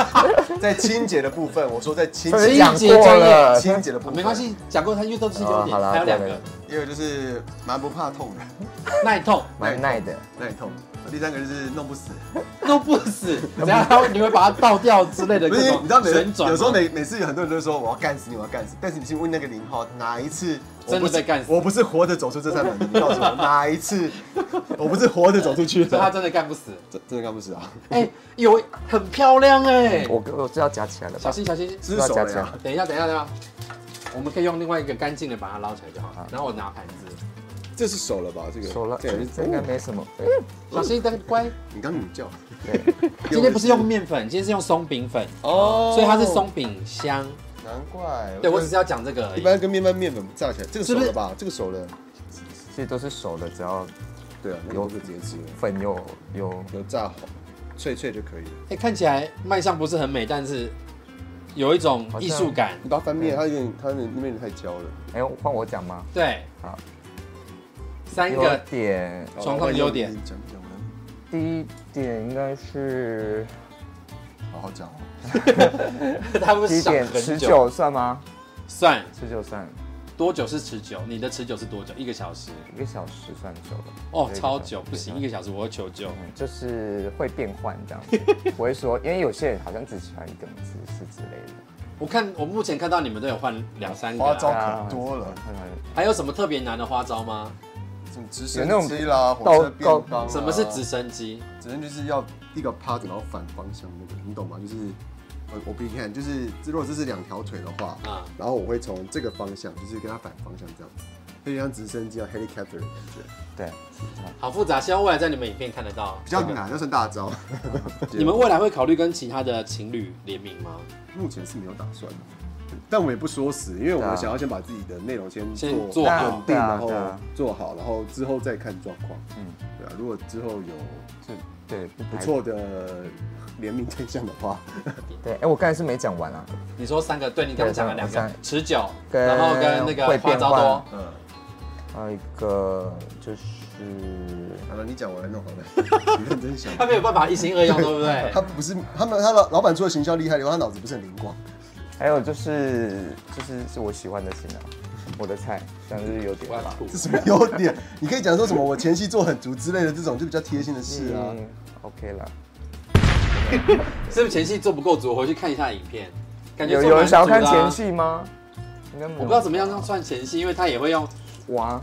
[SPEAKER 4] [LAUGHS] 在清洁的部分，我说在清
[SPEAKER 3] 上次
[SPEAKER 4] 洁
[SPEAKER 3] 讲过了，
[SPEAKER 4] 清洁的部分，
[SPEAKER 2] 啊没关。系，讲过他因为都是优点，
[SPEAKER 3] 哦好啦
[SPEAKER 2] 还有两
[SPEAKER 3] 对
[SPEAKER 2] 个
[SPEAKER 3] 对
[SPEAKER 4] 第二个就是蛮不怕痛的，
[SPEAKER 2] 耐痛，
[SPEAKER 3] 蛮耐的。
[SPEAKER 4] 耐痛。第三个就是弄不死，
[SPEAKER 2] 都不
[SPEAKER 4] [LAUGHS]
[SPEAKER 2] 死，等下他你会把它倒掉之类的
[SPEAKER 4] 不
[SPEAKER 2] 各
[SPEAKER 4] 是
[SPEAKER 2] 种
[SPEAKER 4] 你知道每
[SPEAKER 2] 旋转吗，哦
[SPEAKER 4] 有时候每每次有很多人都说我要干死你，我要干死，但是你去问那个零号哪一次我
[SPEAKER 2] 真的
[SPEAKER 4] 不是
[SPEAKER 2] 被干死
[SPEAKER 4] 我不是活着走出
[SPEAKER 2] [LAUGHS]
[SPEAKER 4] 这扇门，你告诉我哪一次我不是活着走出去
[SPEAKER 2] 所以他 [LAUGHS]
[SPEAKER 4] 的？
[SPEAKER 2] 真的干不死。
[SPEAKER 4] 真真的干不死啊，
[SPEAKER 2] 哎、有很漂亮哎、
[SPEAKER 3] 我我知道夹起来了
[SPEAKER 2] 小
[SPEAKER 3] 吧？
[SPEAKER 2] 心小心，
[SPEAKER 4] 这是手
[SPEAKER 3] 不要
[SPEAKER 4] 的
[SPEAKER 3] 加
[SPEAKER 4] 呀
[SPEAKER 3] 钱。
[SPEAKER 2] 等一下等一下等一下，我们可以用另外一个干净的把它捞起来就好。然后我拿盘子，
[SPEAKER 4] 这是手了吧？这个
[SPEAKER 3] 熟了，
[SPEAKER 4] 这个
[SPEAKER 3] 这应该没什么。
[SPEAKER 2] 嗯小心但乖。
[SPEAKER 4] 你刚刚你叫，
[SPEAKER 2] [LAUGHS] 今天不是用面粉，今天是用松饼粉，
[SPEAKER 4] 哦
[SPEAKER 2] 所以它是，松饼香。
[SPEAKER 4] 难怪。
[SPEAKER 2] 对我只是要讲这个而
[SPEAKER 4] 一
[SPEAKER 2] 已。
[SPEAKER 4] 般跟面包面粉炸起来，这个
[SPEAKER 2] 是
[SPEAKER 4] 熟
[SPEAKER 2] 不是
[SPEAKER 4] 了吧？这个熟了，
[SPEAKER 3] 其实都是熟的，只要
[SPEAKER 4] 对啊，那个
[SPEAKER 3] 有
[SPEAKER 4] 我就直接吃了，
[SPEAKER 3] 粉有有
[SPEAKER 4] 有炸好，脆脆就可以了。
[SPEAKER 2] 哎、看起来卖相不是很美，但是有一种艺术感。
[SPEAKER 4] 你把它翻面，它有点，它有点那边太焦了。
[SPEAKER 3] 哎，换我讲吗？
[SPEAKER 2] 对，
[SPEAKER 3] 好，
[SPEAKER 2] 三
[SPEAKER 3] 有
[SPEAKER 2] 个
[SPEAKER 3] 点，
[SPEAKER 2] 状况的优点
[SPEAKER 4] 讲讲完，
[SPEAKER 3] 第一点应该是
[SPEAKER 4] 好好讲哦。
[SPEAKER 2] 他不
[SPEAKER 3] 第
[SPEAKER 2] 是
[SPEAKER 3] 一
[SPEAKER 2] 想
[SPEAKER 3] 点
[SPEAKER 2] 很
[SPEAKER 3] 持
[SPEAKER 2] 久，
[SPEAKER 3] 久算吗？
[SPEAKER 2] 算
[SPEAKER 3] 持久算
[SPEAKER 2] 多久是持久？你的持久是多久？一个小时。
[SPEAKER 3] 一个小时算久了。
[SPEAKER 2] 哦，
[SPEAKER 3] 对
[SPEAKER 2] 超久，不。
[SPEAKER 3] 一个小时
[SPEAKER 2] 行，一个小时我要求救。
[SPEAKER 3] 嗯
[SPEAKER 2] [LAUGHS]
[SPEAKER 3] 就是会变换这样子，不会说，因为有些人好像只喜欢一种姿势之类的，
[SPEAKER 2] 我看我目前看到你们都有换两三个、
[SPEAKER 6] 花
[SPEAKER 2] 啊，
[SPEAKER 6] 招可多了，
[SPEAKER 2] 还有什么特别难的花招吗？
[SPEAKER 6] 什么直
[SPEAKER 3] 有那
[SPEAKER 6] 升
[SPEAKER 3] 种
[SPEAKER 6] 机啦，火车便
[SPEAKER 3] 高
[SPEAKER 6] 当啊。
[SPEAKER 2] 什么是直升机？
[SPEAKER 4] 只能就是要一个趴着，然后反方向那个，你懂吗？就是呃我我比你看，就是如果这是两条腿的话，
[SPEAKER 2] 啊
[SPEAKER 4] 然后我会从这个方向，就是跟它反方向这样子，有点像直升机啊 helicopter 的感觉，
[SPEAKER 3] 对，呃
[SPEAKER 2] 好复杂，希望未来在你们影片看得到。
[SPEAKER 4] 比较难，那算大
[SPEAKER 3] [LAUGHS]
[SPEAKER 4] 招。
[SPEAKER 2] 你们未来会考虑跟其他的情侣联名吗？
[SPEAKER 4] 目前是没有打算的，但我们也不说死，因为
[SPEAKER 3] 啊
[SPEAKER 4] 我们想要先把自己的内容先
[SPEAKER 2] 先
[SPEAKER 4] 做
[SPEAKER 2] 做好
[SPEAKER 4] 稳定，
[SPEAKER 3] 对啊
[SPEAKER 4] 然后
[SPEAKER 3] 对啊
[SPEAKER 4] 做好，然后之后再看状况。嗯
[SPEAKER 3] 嗯，
[SPEAKER 4] 对啊，如果之后有
[SPEAKER 3] 就对不
[SPEAKER 4] 不错的联名对象的话，
[SPEAKER 3] 对，哎，我刚才是没讲完啊，
[SPEAKER 2] 你说三个，对你刚刚讲了两
[SPEAKER 3] 对
[SPEAKER 2] 个
[SPEAKER 3] 三，
[SPEAKER 2] 持久，
[SPEAKER 3] 跟
[SPEAKER 2] 然后跟那个
[SPEAKER 3] 会
[SPEAKER 2] 花
[SPEAKER 3] 变
[SPEAKER 2] 招
[SPEAKER 3] 换
[SPEAKER 2] 多，
[SPEAKER 4] 嗯，
[SPEAKER 3] 还有一个就是
[SPEAKER 4] 好了，你讲完了，弄 [LAUGHS] 好了，你认真想。
[SPEAKER 2] 他没有办法一心
[SPEAKER 3] [LAUGHS]
[SPEAKER 2] 二用，对不对
[SPEAKER 4] 他？不是他们，他老老板除了行销厉害以外，他脑子不是很灵光。
[SPEAKER 3] 还有就是就是是我喜欢的型啊，我的菜，但是有点
[SPEAKER 2] 我要
[SPEAKER 3] 辣。
[SPEAKER 2] 吐
[SPEAKER 4] 这什么优点？你可以讲说什么？我前期做很足之类的这种，就比较贴心的事啊。
[SPEAKER 3] 嗯，OK 啦。
[SPEAKER 2] 是不是前戏做不够足？我回去看一下影片，感觉
[SPEAKER 3] 有
[SPEAKER 2] 做
[SPEAKER 3] 有
[SPEAKER 2] 蛮
[SPEAKER 3] 人
[SPEAKER 2] 足的
[SPEAKER 3] 想要看
[SPEAKER 2] 啊
[SPEAKER 3] 前，戏吗？应该没有
[SPEAKER 2] 我不知道怎么样样算前戏，因为他也会用。
[SPEAKER 3] 哇，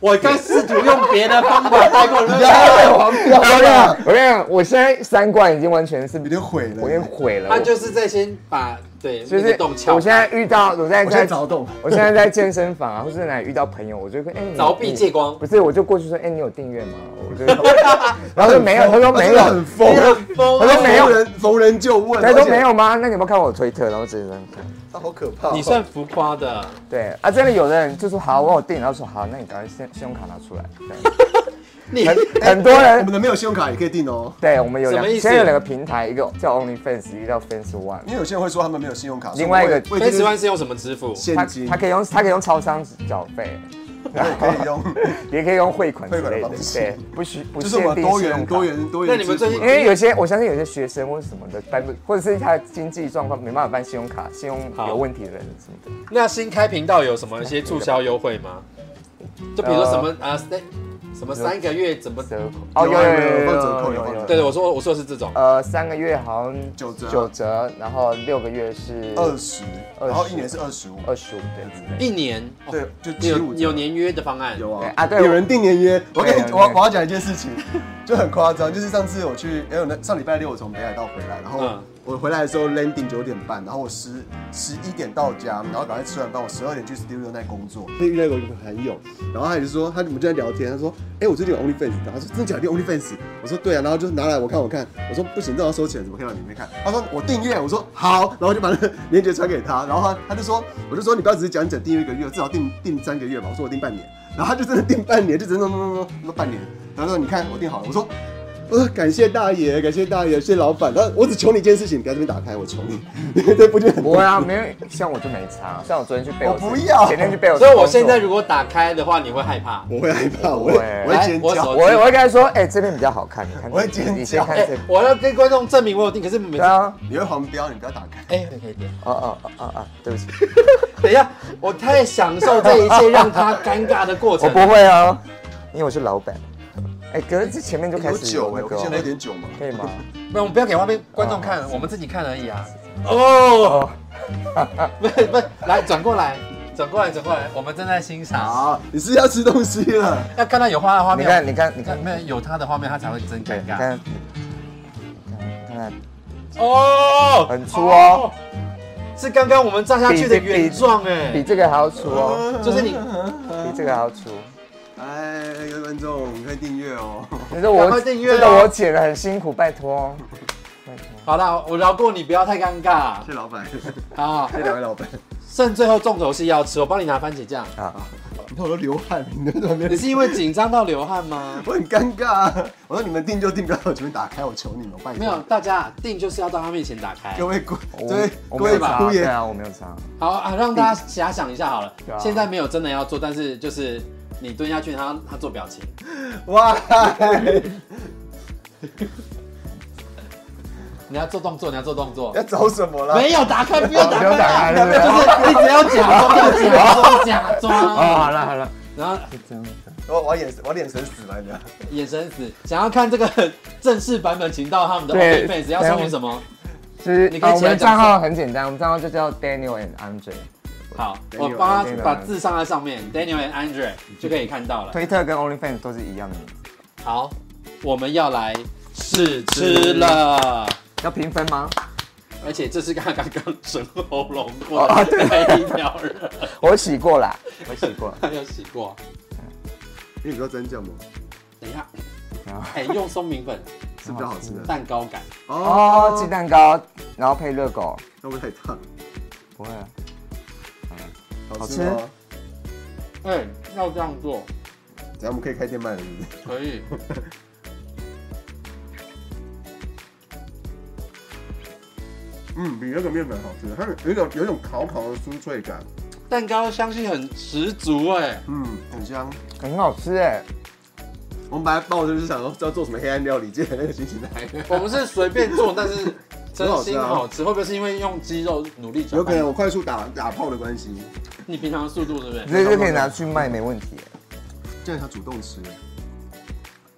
[SPEAKER 2] 我刚试图用别的方法带过人 [LAUGHS] 家，
[SPEAKER 3] [LAUGHS] 我跟你讲，我跟你讲，我现在三观已经完全是
[SPEAKER 4] 有点毁了
[SPEAKER 3] 哎我有点毁了。
[SPEAKER 2] 他就是在先把对
[SPEAKER 3] 就
[SPEAKER 2] 那
[SPEAKER 3] 是
[SPEAKER 2] 个洞撬开。
[SPEAKER 3] 我现在遇到我现在
[SPEAKER 4] 我现在
[SPEAKER 3] 在
[SPEAKER 4] 找懂，
[SPEAKER 3] 我现在在健身房啊，或是哪里遇到朋友，我就会
[SPEAKER 4] 嗯
[SPEAKER 3] 哎你
[SPEAKER 2] 凿壁借光
[SPEAKER 3] 不是，我就过去说哎你有订阅吗？我
[SPEAKER 4] [LAUGHS]
[SPEAKER 3] 就然后说没有，他说没有，
[SPEAKER 4] 很疯，
[SPEAKER 2] 疯
[SPEAKER 3] 我
[SPEAKER 2] 了
[SPEAKER 3] 说没有
[SPEAKER 4] 逢人逢人就问，
[SPEAKER 3] 他
[SPEAKER 4] 而
[SPEAKER 3] 说
[SPEAKER 4] 且
[SPEAKER 3] 没，有吗？那你有没有看我推特？然后直接这样看。
[SPEAKER 4] 他好可怕哦。
[SPEAKER 2] 你算浮夸的，
[SPEAKER 3] 对啊，真的有的人就说好，我有订，然后说好，那你赶快信信用卡拿出
[SPEAKER 4] [LAUGHS]
[SPEAKER 3] 来。对
[SPEAKER 2] 你
[SPEAKER 3] 很
[SPEAKER 4] 哎
[SPEAKER 3] 很多
[SPEAKER 4] 我
[SPEAKER 3] 人
[SPEAKER 4] 们的没有信用卡也可以订哦，
[SPEAKER 3] 对我们有两，
[SPEAKER 2] 什么意
[SPEAKER 3] 现
[SPEAKER 2] 思
[SPEAKER 3] 在有两个平台，一个叫 OnlyFans，一个叫Fans One。
[SPEAKER 4] 因为有些人会说他们没有信用卡，
[SPEAKER 3] 另外一个
[SPEAKER 4] 所以我也
[SPEAKER 2] 三十万是用什么支付？
[SPEAKER 4] 现
[SPEAKER 3] 他
[SPEAKER 4] 金，
[SPEAKER 3] 他可以用他可以用超商缴费，
[SPEAKER 4] 我也可以用，
[SPEAKER 3] 也可以用汇款之
[SPEAKER 4] 汇
[SPEAKER 3] 类
[SPEAKER 4] 款
[SPEAKER 3] 的
[SPEAKER 4] 的方，式
[SPEAKER 3] 对，不需不
[SPEAKER 4] 就是我
[SPEAKER 3] 限
[SPEAKER 4] 们
[SPEAKER 3] 定
[SPEAKER 4] 多
[SPEAKER 3] 信用
[SPEAKER 4] 元
[SPEAKER 3] 卡
[SPEAKER 4] 多。元多元
[SPEAKER 2] 那
[SPEAKER 4] 支付。
[SPEAKER 2] 你们最近
[SPEAKER 3] 因为有些，我相信有些学生或者什么的办不，或者是他经济状况没办法办信用卡，信用
[SPEAKER 2] 好
[SPEAKER 3] 有问题的人什么的。
[SPEAKER 2] 那新开频道有什么一些促销优惠吗？就比如说什么
[SPEAKER 3] 呃
[SPEAKER 2] 啊，三什么三个月怎么？
[SPEAKER 3] 折扣
[SPEAKER 4] 有啊有有有放折扣有放折扣
[SPEAKER 2] 对对，我说我说的是这种，
[SPEAKER 3] 呃，三个月好像
[SPEAKER 4] 九折
[SPEAKER 3] 九折，然后六个月是
[SPEAKER 4] 二十，
[SPEAKER 3] 二十
[SPEAKER 4] 然后一年是二十五，
[SPEAKER 3] 二十五对。
[SPEAKER 2] 一年
[SPEAKER 4] 对
[SPEAKER 2] 哦
[SPEAKER 4] 就
[SPEAKER 2] 你有
[SPEAKER 4] 七五折
[SPEAKER 2] 你有年约的方案，
[SPEAKER 4] 有
[SPEAKER 3] 对
[SPEAKER 4] 啊
[SPEAKER 3] 啊对
[SPEAKER 4] 有人订年约。我跟你，
[SPEAKER 3] 对
[SPEAKER 4] 我我要讲一件事情，就很夸张，就是上次我去，哎，我那上礼拜六我从北海道回来，然后
[SPEAKER 2] 嗯
[SPEAKER 4] 我回来的时候 landing 九点半，然后我十十一点到家，然后赶快吃完饭，我十二点去 studio 那工作，所以遇到一个朋友，然后他也是说，他我们就在聊天，他说，哎，我最近有 OnlyFans，然后他说真的假的你有 OnlyFans？我说对啊，然后就拿来我看我看，我说不行，这要收钱，怎么可以让你们看？他说我订阅，我说好，然后我就把那个链接传给他，然后他他就说，我就说你不要只是讲你讲订阅一个月，至少订订三个月吧，我说我订半年，然后他就真的订半年，就真的弄弄弄弄半年，然后他说你看我订好了，我说。呃，感谢大爷，感谢大爷，谢谢老板。那我只求你一件事情，不要这边打开，我求你， [LAUGHS] 这不就很
[SPEAKER 3] 不会啊，没有，像我就没差。像我昨天去贝尔斯，
[SPEAKER 4] 我不要
[SPEAKER 3] 前天去贝尔斯
[SPEAKER 2] 所
[SPEAKER 3] 工
[SPEAKER 2] 以
[SPEAKER 3] 作，
[SPEAKER 2] 我现在如果打开的话，你会害怕。
[SPEAKER 4] 我会害怕，我会
[SPEAKER 3] 对
[SPEAKER 4] 哎我会
[SPEAKER 2] 来
[SPEAKER 4] 尖
[SPEAKER 2] 我
[SPEAKER 4] 叫
[SPEAKER 2] 手。
[SPEAKER 3] 我会我会跟他说，哎、这边比较好看，你看，
[SPEAKER 4] 我会尖叫
[SPEAKER 3] 你先看
[SPEAKER 2] 哎、
[SPEAKER 3] 这边。
[SPEAKER 2] 我要跟观众证明我有订，可是每
[SPEAKER 3] 对
[SPEAKER 2] 次
[SPEAKER 3] 啊，
[SPEAKER 4] 你会黄标，你不要打开。
[SPEAKER 2] 哎、可以点。
[SPEAKER 3] 哦哦哦哦哦，对不起，
[SPEAKER 2] 等一下，我太享受这一切让他尴尬的过
[SPEAKER 3] 我
[SPEAKER 2] 程。
[SPEAKER 3] 不会哦，因为我是老板。哎、可是这前面就开
[SPEAKER 4] 有
[SPEAKER 3] 始
[SPEAKER 4] 酒
[SPEAKER 3] 有
[SPEAKER 4] 哎，我
[SPEAKER 3] 那个
[SPEAKER 4] 可以先喝
[SPEAKER 3] 哦，
[SPEAKER 4] 点酒吗？
[SPEAKER 3] 可以
[SPEAKER 4] [LAUGHS]
[SPEAKER 3] 吗？
[SPEAKER 2] 没有，我们不要给外面观众
[SPEAKER 3] 哦
[SPEAKER 2] 看，我们自己看而已啊。哦， [LAUGHS] 不是不是，来转过来，转过来，转过来，我们正在欣赏，
[SPEAKER 4] 啊，你是要吃东西了？
[SPEAKER 2] 要看到有花的画
[SPEAKER 3] 你
[SPEAKER 2] 面。
[SPEAKER 3] 看，你看，你
[SPEAKER 2] 你
[SPEAKER 3] 看
[SPEAKER 2] 看，，没有有他的画面，他才会真
[SPEAKER 3] 对，
[SPEAKER 2] 尴
[SPEAKER 3] 你
[SPEAKER 2] 尬。
[SPEAKER 3] 看，你看，你看，
[SPEAKER 2] 哦，
[SPEAKER 3] 很粗哦，
[SPEAKER 2] 是刚刚我们站下去的原状
[SPEAKER 3] 比
[SPEAKER 2] 哎，
[SPEAKER 3] 这个还要粗哦，
[SPEAKER 2] 就是你，
[SPEAKER 3] 比这个还要粗。
[SPEAKER 4] [LAUGHS] 哎，各位观众，你可以订阅哦。
[SPEAKER 3] 你说
[SPEAKER 2] 赶快
[SPEAKER 3] 我
[SPEAKER 2] 订阅
[SPEAKER 3] 这个
[SPEAKER 2] 哦
[SPEAKER 3] 我剪的很辛苦，拜托哦，拜托。
[SPEAKER 2] 好啦，我饶过你，不要太尴尬
[SPEAKER 4] 谢谢老板，谢
[SPEAKER 2] 啊。
[SPEAKER 4] 谢两位老板。
[SPEAKER 2] 剩最后重头戏要吃，我帮你拿番茄酱。
[SPEAKER 3] 啊
[SPEAKER 4] 你看我都流汗，你们在旁边
[SPEAKER 2] 你，是因为紧张到流汗吗？ [LAUGHS]
[SPEAKER 4] 我很尴尬啊。我说你们订就订，不要我这边打开，我求你们，我拜托。
[SPEAKER 2] 没有，大家定就是要到他面前打开。
[SPEAKER 4] 各位姑，
[SPEAKER 3] 我
[SPEAKER 4] 各位
[SPEAKER 3] 我
[SPEAKER 4] 各
[SPEAKER 3] 没有
[SPEAKER 4] 位
[SPEAKER 3] 差，
[SPEAKER 4] 姑
[SPEAKER 3] 对
[SPEAKER 4] 爷，
[SPEAKER 3] 啊，我没有差。
[SPEAKER 2] 好啊，让大家遐想一下好了。
[SPEAKER 3] 对啊
[SPEAKER 2] 现在没有真的要做，但是就是你蹲下去，他他做表情。
[SPEAKER 4] 哇！ [LAUGHS]
[SPEAKER 2] 你要做动作，你要做动作
[SPEAKER 4] 要。找什么啦？
[SPEAKER 2] 没有打开，不用打
[SPEAKER 3] 不哦用打
[SPEAKER 2] 开
[SPEAKER 3] 开
[SPEAKER 2] 啦，
[SPEAKER 3] 对不对
[SPEAKER 2] [LAUGHS] 就是你只要假
[SPEAKER 3] [LAUGHS]
[SPEAKER 2] 装，要假装，假
[SPEAKER 3] 哦，
[SPEAKER 2] 装。
[SPEAKER 3] 好了好了，
[SPEAKER 2] 然后
[SPEAKER 3] 就这样。
[SPEAKER 4] 我我眼我眼神死了，你知道啊
[SPEAKER 2] 眼神死，想要看这个正式版本，请到他们的
[SPEAKER 3] 对
[SPEAKER 2] OnlyFans，要搜寻什么？
[SPEAKER 3] 实
[SPEAKER 2] 你可以
[SPEAKER 3] 啊，我
[SPEAKER 2] 起来
[SPEAKER 3] 们的
[SPEAKER 2] 讲
[SPEAKER 3] 账
[SPEAKER 2] 说
[SPEAKER 3] 号很简单，我们账号就叫 Daniel and Andre，
[SPEAKER 2] 好，
[SPEAKER 4] Daniel
[SPEAKER 2] 我帮他
[SPEAKER 3] and Daniel
[SPEAKER 2] 把字上在上面，Daniel and Andre 就可以看到了。
[SPEAKER 3] 推特跟 OnlyFans 都是一样的名字。
[SPEAKER 2] 好，我们要来试吃了，
[SPEAKER 3] 要评分吗？
[SPEAKER 2] 而且这是刚刚刚整喉咙过的那一秒人，
[SPEAKER 3] 我洗过啦，哦啊 [LAUGHS] 我洗过。
[SPEAKER 2] 他有洗过。
[SPEAKER 4] 因为你知道蘸酱吗？
[SPEAKER 2] 等一下
[SPEAKER 3] 然后，
[SPEAKER 2] 哎，用松饼粉
[SPEAKER 4] 是比较好吃的。
[SPEAKER 2] 蛋糕感，
[SPEAKER 3] 哦，鸡蛋糕，然后配热狗，
[SPEAKER 4] 会不会太烫？
[SPEAKER 3] 不会啊，
[SPEAKER 4] 好吃吗？
[SPEAKER 2] 哎，要这样做
[SPEAKER 4] 等下我们可以开店卖了，是不是？
[SPEAKER 2] 可
[SPEAKER 3] [LAUGHS]
[SPEAKER 2] 以。
[SPEAKER 4] 嗯，比那个面粉好吃，它有一种有一种烤烤的酥脆感，
[SPEAKER 2] 蛋糕香气很十足哎，
[SPEAKER 4] 嗯，很香。
[SPEAKER 3] 很好吃哎。
[SPEAKER 4] 我们本来抱着就是想说要做什么黑暗料理，结果那个心情来 [LAUGHS] 了。
[SPEAKER 2] 我们是随便做，但是真
[SPEAKER 4] 很好吃
[SPEAKER 2] 心
[SPEAKER 4] 啊
[SPEAKER 2] 好吃。会不会是因为用鸡肉努力搅
[SPEAKER 4] 有
[SPEAKER 2] 拌
[SPEAKER 4] 可能我快速打打炮的关系，
[SPEAKER 2] 你平常的速度是不
[SPEAKER 4] 嗯
[SPEAKER 2] 是？
[SPEAKER 3] 这个可以拿去卖，没问题。啊
[SPEAKER 4] 这样他主动吃，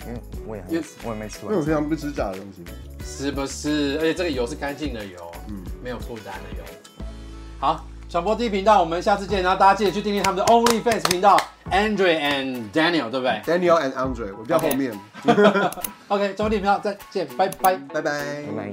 [SPEAKER 3] 因为我也很，我也没吃
[SPEAKER 4] 因为我
[SPEAKER 3] 完。
[SPEAKER 4] 平常不吃炸的东西。
[SPEAKER 2] 是不是？而且这个油是干净的油，嗯，没有负担的油。好，传播第一频道，我们下次见。然后大家记得去订阅他们的 OnlyFans 频道 Andre and Daniel，对不对
[SPEAKER 4] Daniel and Andre，我比较后面， [LAUGHS]
[SPEAKER 2] [LAUGHS] ？OK，传播第一频道再见，拜拜。
[SPEAKER 4] 拜拜。
[SPEAKER 3] 拜拜。